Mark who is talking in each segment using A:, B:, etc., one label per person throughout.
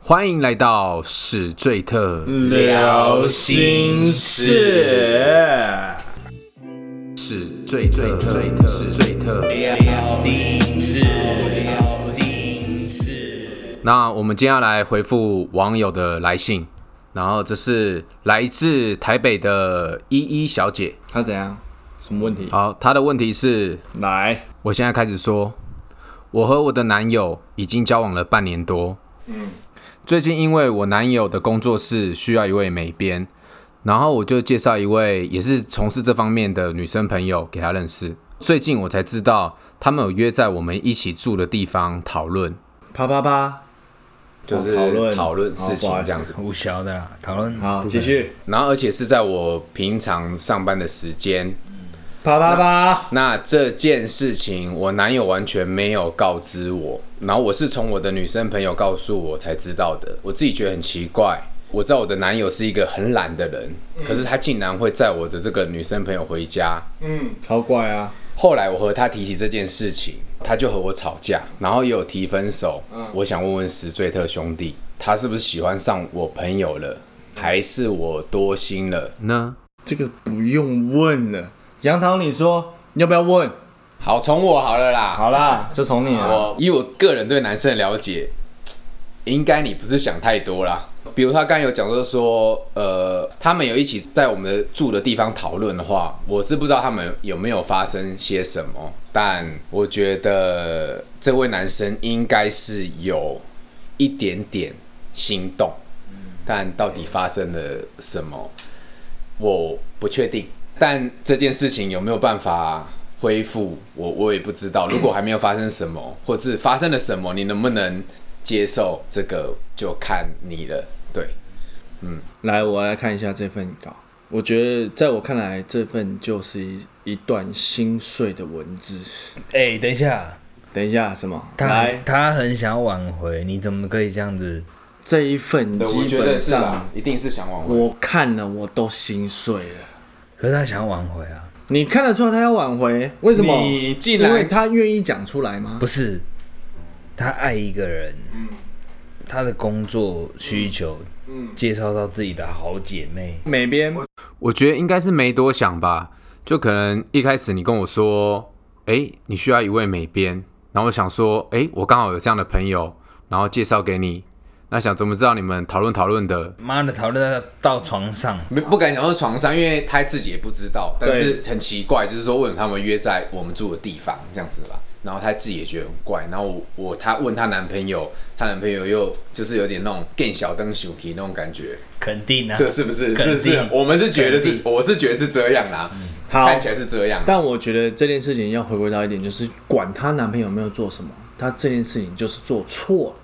A: 欢迎来到史最特
B: 聊心事，
A: 史最最最特史最特。那我们接下来回复网友的来信，然后这是来自台北的依依小姐。
B: 他怎样？什么问题？
A: 好，她的问题是：
B: 来，
A: 我现在开始说，我和我的男友已经交往了半年多。
B: 嗯
A: 最近因为我男友的工作室需要一位美编，然后我就介绍一位也是从事这方面的女生朋友给他认识。最近我才知道，他们有约在我们一起住的地方讨论，
B: 啪啪啪，
A: 就是
B: 讨论
A: 讨论事情
B: 哦不好意思
A: 这样子。
C: 无小的啦，讨论
B: 好，继续，
A: 然后而且是在我平常上班的时间，
B: 啪啪啪，
A: 那这件事情，我男友完全没有告知我，然后我是从我的女生朋友告诉我才知道的。我自己觉得很奇怪，我知道我的男友是一个很懒的人，可是他竟然会载我的这个女生朋友回家。
B: 超怪啊！
A: 后来我和他提起这件事情，他就和我吵架，然后也有提分手。我想问问史最特兄弟，他是不是喜欢上我朋友了，还是我多心了呢？
B: 这个不用问了。杨桃，你说你要不要问？
A: 好，从我好了啦。
B: 好啦，就从你了。
A: 我以我个人对男生的了解，应该你不是想太多啦。比如他刚才有讲说说，呃，他们有一起在我们的住的地方讨论的话，我是不知道他们有没有发生些什么，但我觉得这位男生应该是有一点点心动，但到底发生了什么，我不确定。但这件事情有没有办法恢复，我我也不知 道。如果还没有发生什么，或是发生了什么，你能不能接受这个，就看你了。对，
B: 来，我来看一下这份稿。我觉得，在我看来，这份就是一一段心碎的文字。
C: 哎、等一下，
B: 等一下，什么？
C: 他
B: 来，
C: 他很想挽回，你怎么可以这样子？
B: 这一份基本上，
A: 一定是想挽回。
B: 我看了我都心碎了。
C: 可是他想挽回啊，
B: 你看得出来他要挽回，为什么？
A: 你竟
B: 因为
A: 然
B: 他愿意讲出来吗？
C: 不是，他爱一个人，他的工作需求，介绍到自己的好姐妹，
B: 美编，
A: 我觉得应该是没多想吧，就可能一开始你跟我说，哎、你需要一位美编，然后我想说，哎、我刚好有这样的朋友，然后介绍给你。那想怎么知道你们讨论讨论的？
C: 妈的，讨论到到床上，
A: 不不敢讲说床上，因为他自己也不知道，但
B: 对
A: 是很奇怪，就是说为什么他们约在我们住的地方这样子吧，然后她自己也觉得很怪，然后我我她问她男朋友，她男朋友又就是有点那种更小灯小皮那种感觉，
C: 肯定啊，
A: 这是不是？
C: 肯
A: 是不
C: 定
A: 是？我们是觉得
C: 肯
A: 是，我是觉得是这样啦，
B: 好
A: 看起来是这样，啊
B: 但我觉得这件事情要回归到一点，就是管她男朋友有没有做什么，她这件事情就是做错了，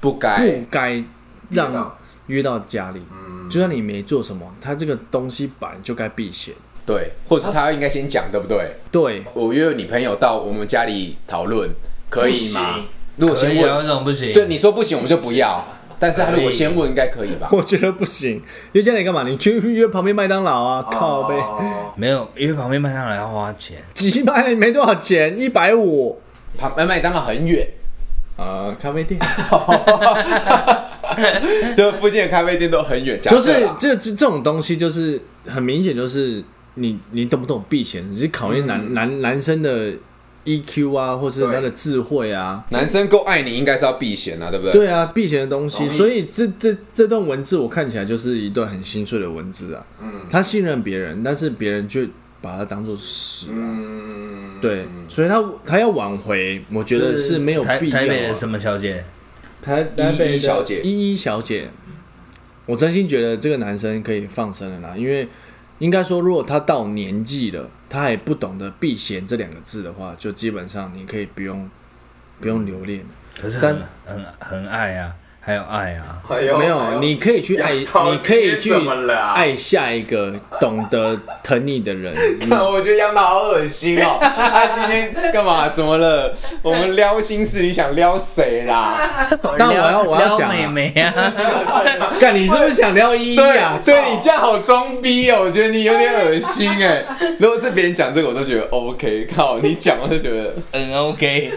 A: 不该
B: 不该
A: 约
B: 让
A: 到
B: 约到家里。就算你没做什么，她这个东西本来就该避嫌。
A: 对，或者是他应该先讲，对不对？
B: 对，
A: 我约你朋友到我们家里讨论，可以吗？如果
C: 可
A: 先
C: 以啊，为
A: 问，
C: 什么不行？
A: 对你说不行，我们就不要。但是他如果先问，应该可以吧？
B: 我觉得不行。约家里干嘛？你去约旁边麦当劳啊，靠呗，
C: 没有，因为旁边卖上来要花钱，
B: 几百没多少钱，一百五
A: 旁哎麦麦当劳很远，
B: 啊，咖啡店。
A: 就附近的咖啡店都很远。假
B: 就
A: 设
B: 是
A: 啦
B: 这这这种东西，就是很明显，就是你你懂不懂避嫌，你是考验
A: 嗯
B: 男、男男生的 EQ 啊，或是他的智慧啊。
A: 男生够爱你，应该是要避嫌啊，对不对？哦
B: 对啊，避嫌的东西，
A: 同意
B: 所以这这这段文字我看起来就是一段很心碎的文字啊。
A: 嗯
B: 他信任别人，但是别人却把他当做屎、啊。
A: 嗯，
B: 对，所以他他要挽回，我觉得是没有
C: 台
B: 必要、啊。
C: 台北的什么小姐，
B: 台台北
A: 依
B: 的
A: 依小姐
B: 依依小姐，我真心觉得这个男生可以放生了啦，因为应该说，如果他到年纪了，他还不懂得避嫌这两个字的话，就基本上你可以不用不用留恋。
C: 可是
B: 但
C: 很很很爱啊，还有爱啊，
A: 哎
B: 没有，你可以去爱，你可以去
A: 啊
B: 爱下一个懂得疼你的 人。
A: 我觉得杨导好恶心哦。他今天干嘛？怎么了？我们撩心事，你想撩谁啦？
B: 但我要我要
C: 撩
B: 讲啊
C: 妹妹啊。
B: 干，你是不是想撩依依
A: 对
B: 啊？
A: 所以你这样好装逼哦，我觉得你有点恶心哎。如果是别人讲这个，我都觉得 OK。靠，你讲我就觉得
C: 很 OK，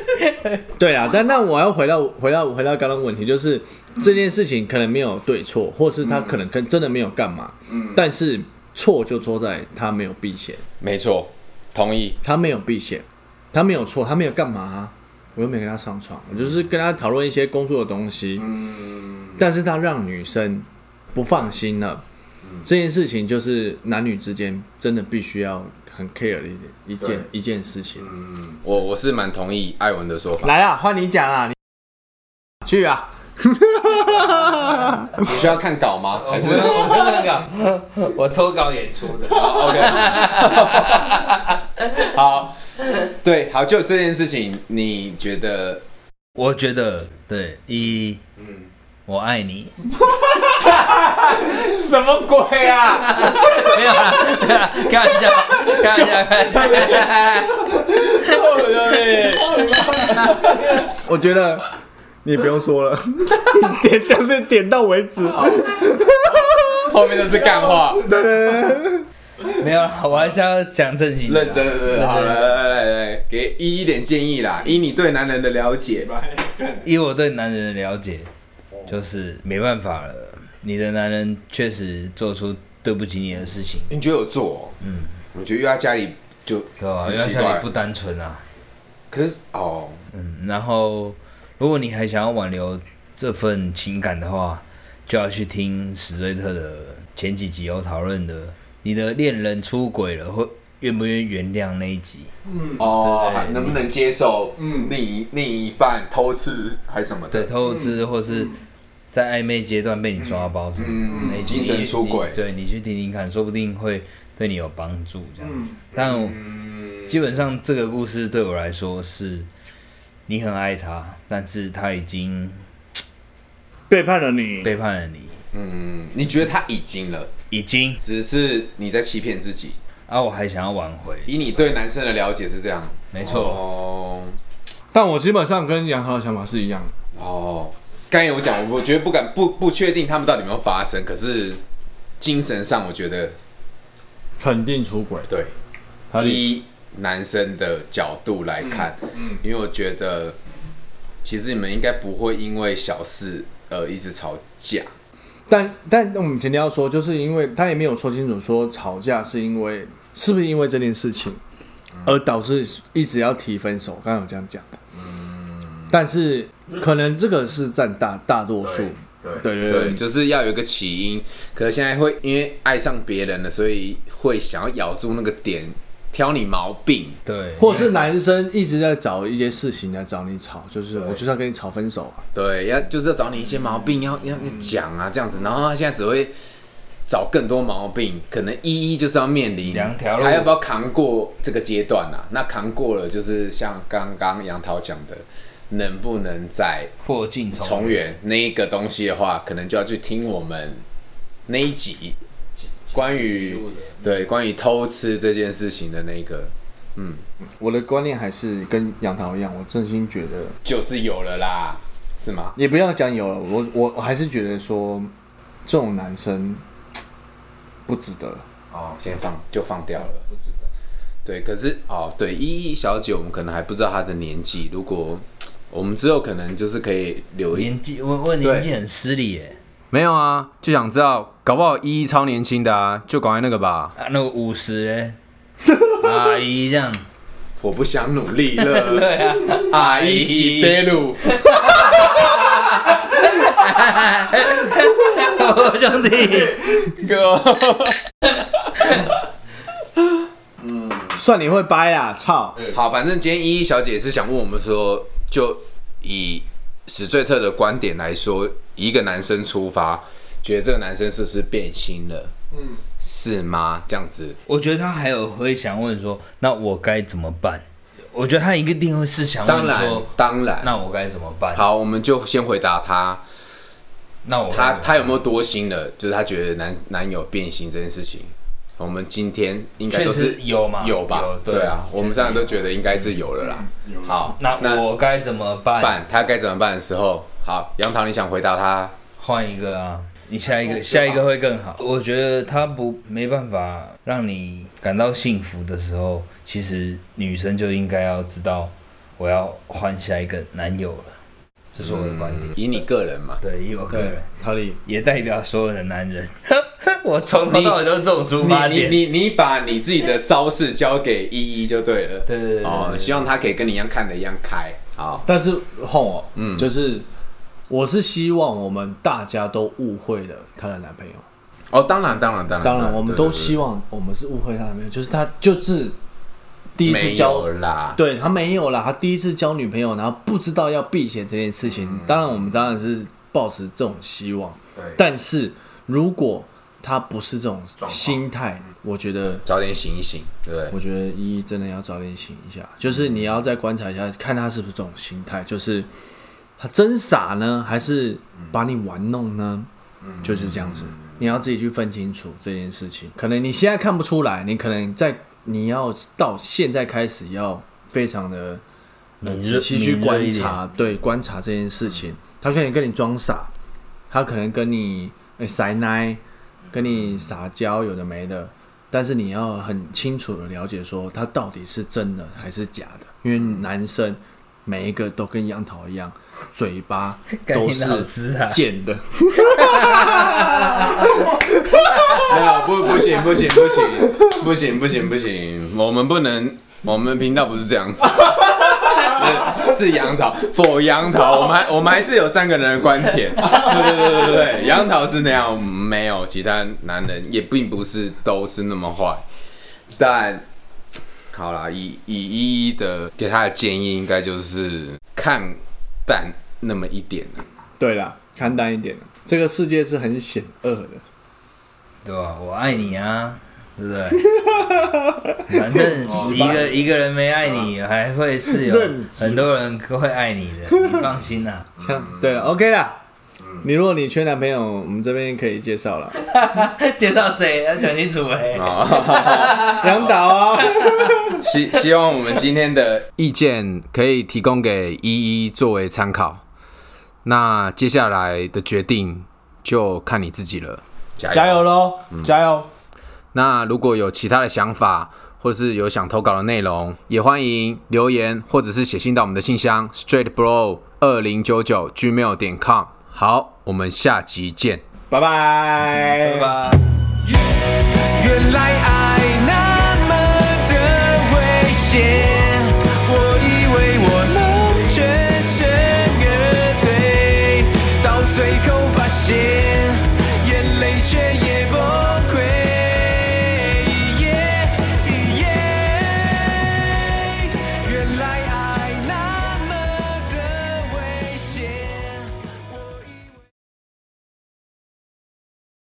B: 对啊，但那我要回到回到回到刚刚问题，就是这件事情可能没有对错，或是他可能跟真的没有干嘛，但是错就错在他没有避嫌，
A: 没错，同意。
B: 他没有避嫌，他没有错，他没有干嘛啊、我又没跟他上床，我就是跟他讨论一些工作的东西，但是他让女生不放心了，这件事情就是男女之间真的必须要很 care 的一点一件一件事情。
A: 我我是蛮同意艾文的说法，
B: 来啊，换你讲啊，你去啊，
A: 你需要看稿吗？还是
D: 我我不能搞，我脱稿演出的。
A: 好 OK？好，对，好，就这件事情，你觉得
C: 我觉得对一，
D: 嗯
C: 我爱你，
A: 什么鬼啊？
D: 没有啦，没有啦开玩笑，开玩笑，开玩笑。
B: 我觉得你不用说了， 点点点到为止。
A: 后面都是干话，
C: 没有啦，我还是要讲正经的啦。
A: 认真的，对好来来来来，给一一点建议啦，以你对男人的了解，
C: 以我对男人的了解，就是没办法了，你的男人确实做出对不起你的事情，
A: 你觉得有做？嗯，啊我觉得约他家里就
C: 对吧、因
A: 很
C: 为
A: 奇
C: 像
A: 怪
C: 你不，单纯啊，
A: 可是哦，
C: 嗯，然后如果你还想要挽留这份情感的话，就要去听史瑞特的前几集有讨论的，你的恋人出轨了会愿不愿意原谅那一集，
A: 哦，
C: 对
A: 还能不能接受？嗯，另一另一半偷吃还是什么
C: 对，
A: 的？
C: 偷吃或是在暧昧阶段被你抓包是吗？
A: 嗯
C: 那一集
A: 精神
C: 你
A: 出轨
C: 你对你去听听看，说不定会对你有帮助这样
A: 嗯
C: 子。但我基本上这个故事对我来说是，你很爱他，但是他已经
B: 背叛了你，
C: 背叛了你，
A: 嗯，你觉得他已经了，
C: 已经
A: 只是你在欺骗自己。
C: 啊，我还想要挽回，
A: 以你对男生的了解是这样，
C: 没错，
A: 哦
B: 但我基本上跟杨豪的想法是一样的。
A: 哦，刚才有讲，我我觉得不敢不不确定他们到底有没有发生，可是精神上我觉得
B: 肯定出轨，
A: 对。
B: 合理。
A: 以男生的角度来看，嗯，因为我觉得其实你们应该不会因为小事而一直吵架，
B: 但但我们前提要说，就是因为他也没有说清楚，说吵架是因为是不是因为这件事情，而导致一直要提分手。刚刚有这样讲，但是可能这个是占大大多数，对对对
A: 对，就是要有一个起因。可是现在会因为爱上别人了，所以会想要咬住那个点，挑你毛病。
C: 对，
B: 或是男生一直在找一些事情来找你吵，就是我就是要跟你吵分手啊。
A: 对，要就是要找你一些毛病，要要要讲啊这样子，然后他现在只会找更多毛病，可能一一就是要面临
C: 两条路
A: 还要不要扛过这个阶段啊？那扛过了，就是像刚刚杨桃讲的，能不能再
C: 破镜重
A: 重圆那一个东西的话，可能就要去听我们那一集关于对关于偷吃这件事情的那个，
B: 我的观念还是跟杨桃一样，我真心觉得
A: 就是有了啦，是吗？
B: 也不要讲有了，我我我还是觉得说这种男生不值得。
A: 哦，先放就放掉了，不值得。对，可是哦，对，依依小姐，我们可能还不知道她的年纪。如果我们之后可能就是可以留一
C: 年纪，我我年纪很失礼耶，
A: 没有啊，就想知道，搞不好依依超年轻的啊，就搞快那个吧。
C: 啊，那五十嘞， 阿姨这样，
A: 我不想努力了，
C: 对啊，
A: 阿姨洗得 路，
C: 我兄弟，
A: 哥，
B: 算你会掰啦，操！
A: 好，反正今天依依小姐是想问我们说，就以史最特的观点来说，以一个男生出发，觉得这个男生是不是变心了？嗯，是吗？这样子，
C: 我觉得他还有会想问说，那我该怎么办？我觉得他一定会是想
A: 当
C: 问
A: 然
C: 说，，
A: 当然。
C: 那我该怎么办？，
A: 好，我们就先回答他，
C: 那我
A: 他
C: 该
A: 他有没有多心了？就是他觉得男男友变心这件事情，我们今天应该
C: 确
A: 都
C: 实
A: 是
C: 有嘛？
A: 有吧？
C: 有嗯
A: 对啊，我们三个都
C: 得。
A: 觉得应该是有了啦。好，
C: 那我该怎么办？
A: 办他该怎么办的时候，好，杨桃，你想回答他？
C: 换一个啊，你下一个，下一个会更好。我觉得他不没办法让你感到幸福的时候，其实女生就应该要知道，我要换下一个男友了。这是我的观点。
A: 以你个人嘛，
C: 对，以我个
B: 对
C: 人，，
B: 合理。
C: 也代表所有的男人。 我从头到尾都是这种出发
A: 你
C: 点。
A: 你你你把你自己的招式交给依依就对了。
C: 对对对
A: 哦，希望他可以跟你一样看的一样开。好，
B: 但是哄哦，嗯，就是我是希望我们大家都误会了她的男朋友。
A: 哦，当然当然当然，
B: 当然，我们都
A: 希
B: 希望我们是误会她的男朋友，就是她就是第一次
A: 没有
B: 交，
A: 啦，
B: 对她没有啦，她第一次交女朋友，然后不知道要避嫌这件事情。当然，我们当然是抱持这种希望，
A: 对
B: 但是如果她不是这种心态，我觉得。
A: 早点醒一醒，对不对？
B: 我觉得依依真的要早点醒一下，就是你要再观察一下，看他是不是这种心态，就是他真傻呢，还是把你玩弄呢？
C: 嗯
B: 就是这样子，你要自己去分清楚这件事情。可能你现在看不出来，你可能在你要到现在开始要非常的
C: 敏锐
B: 仔细去观
C: 敏锐一
B: 察，对，观察这件事情。他可能跟你装傻，他可能跟你哎塞奶，跟你撒娇，有的没的。但是你要很清楚的了解，说他到底是真的还是假的，因为男生每一个都跟杨桃一样，嘴巴
C: 干
B: 都
C: 你老
B: 是
C: 师啊
B: 贱的。
A: 没有，不不行不行不行不行不行不行，我们不能，我们频道不是这样子。 是是杨桃，否杨桃，我们还我们还是有三个人的观点，对对对对对对，杨桃是那样，没有其他男人也并不是都是那么坏，但好啦，以以一一的给他的建议，应该就是看淡那么一点啊
B: 对啦，看淡一点，这个世界是很险恶的。
C: 对吧、我爱你啊，对不对？ 反正一个一个人没爱你，还会是有
B: 认知
C: 很多人会爱你的，你放心啊啦、
B: 像对了，OK 啦。你如果你缺男朋友，我们这边可以介绍了，
C: 介绍谁要讲清楚哎、
B: 杨导啊，
A: 希 希望我们今天的意见可以提供给依依作为参考。那接下来的决定就看你自己了，加
B: 加油喽，加油！
A: 那如果有其他的想法，或者是有想投稿的内容，也欢迎留言或者是写信到我们的信箱 straightbro 二零九九 gmail 点 com。好，我们下集见。
B: 拜拜，
C: 对。吧？
D: 原来爱那么的危险，我以为我能全身而退，到最后发现。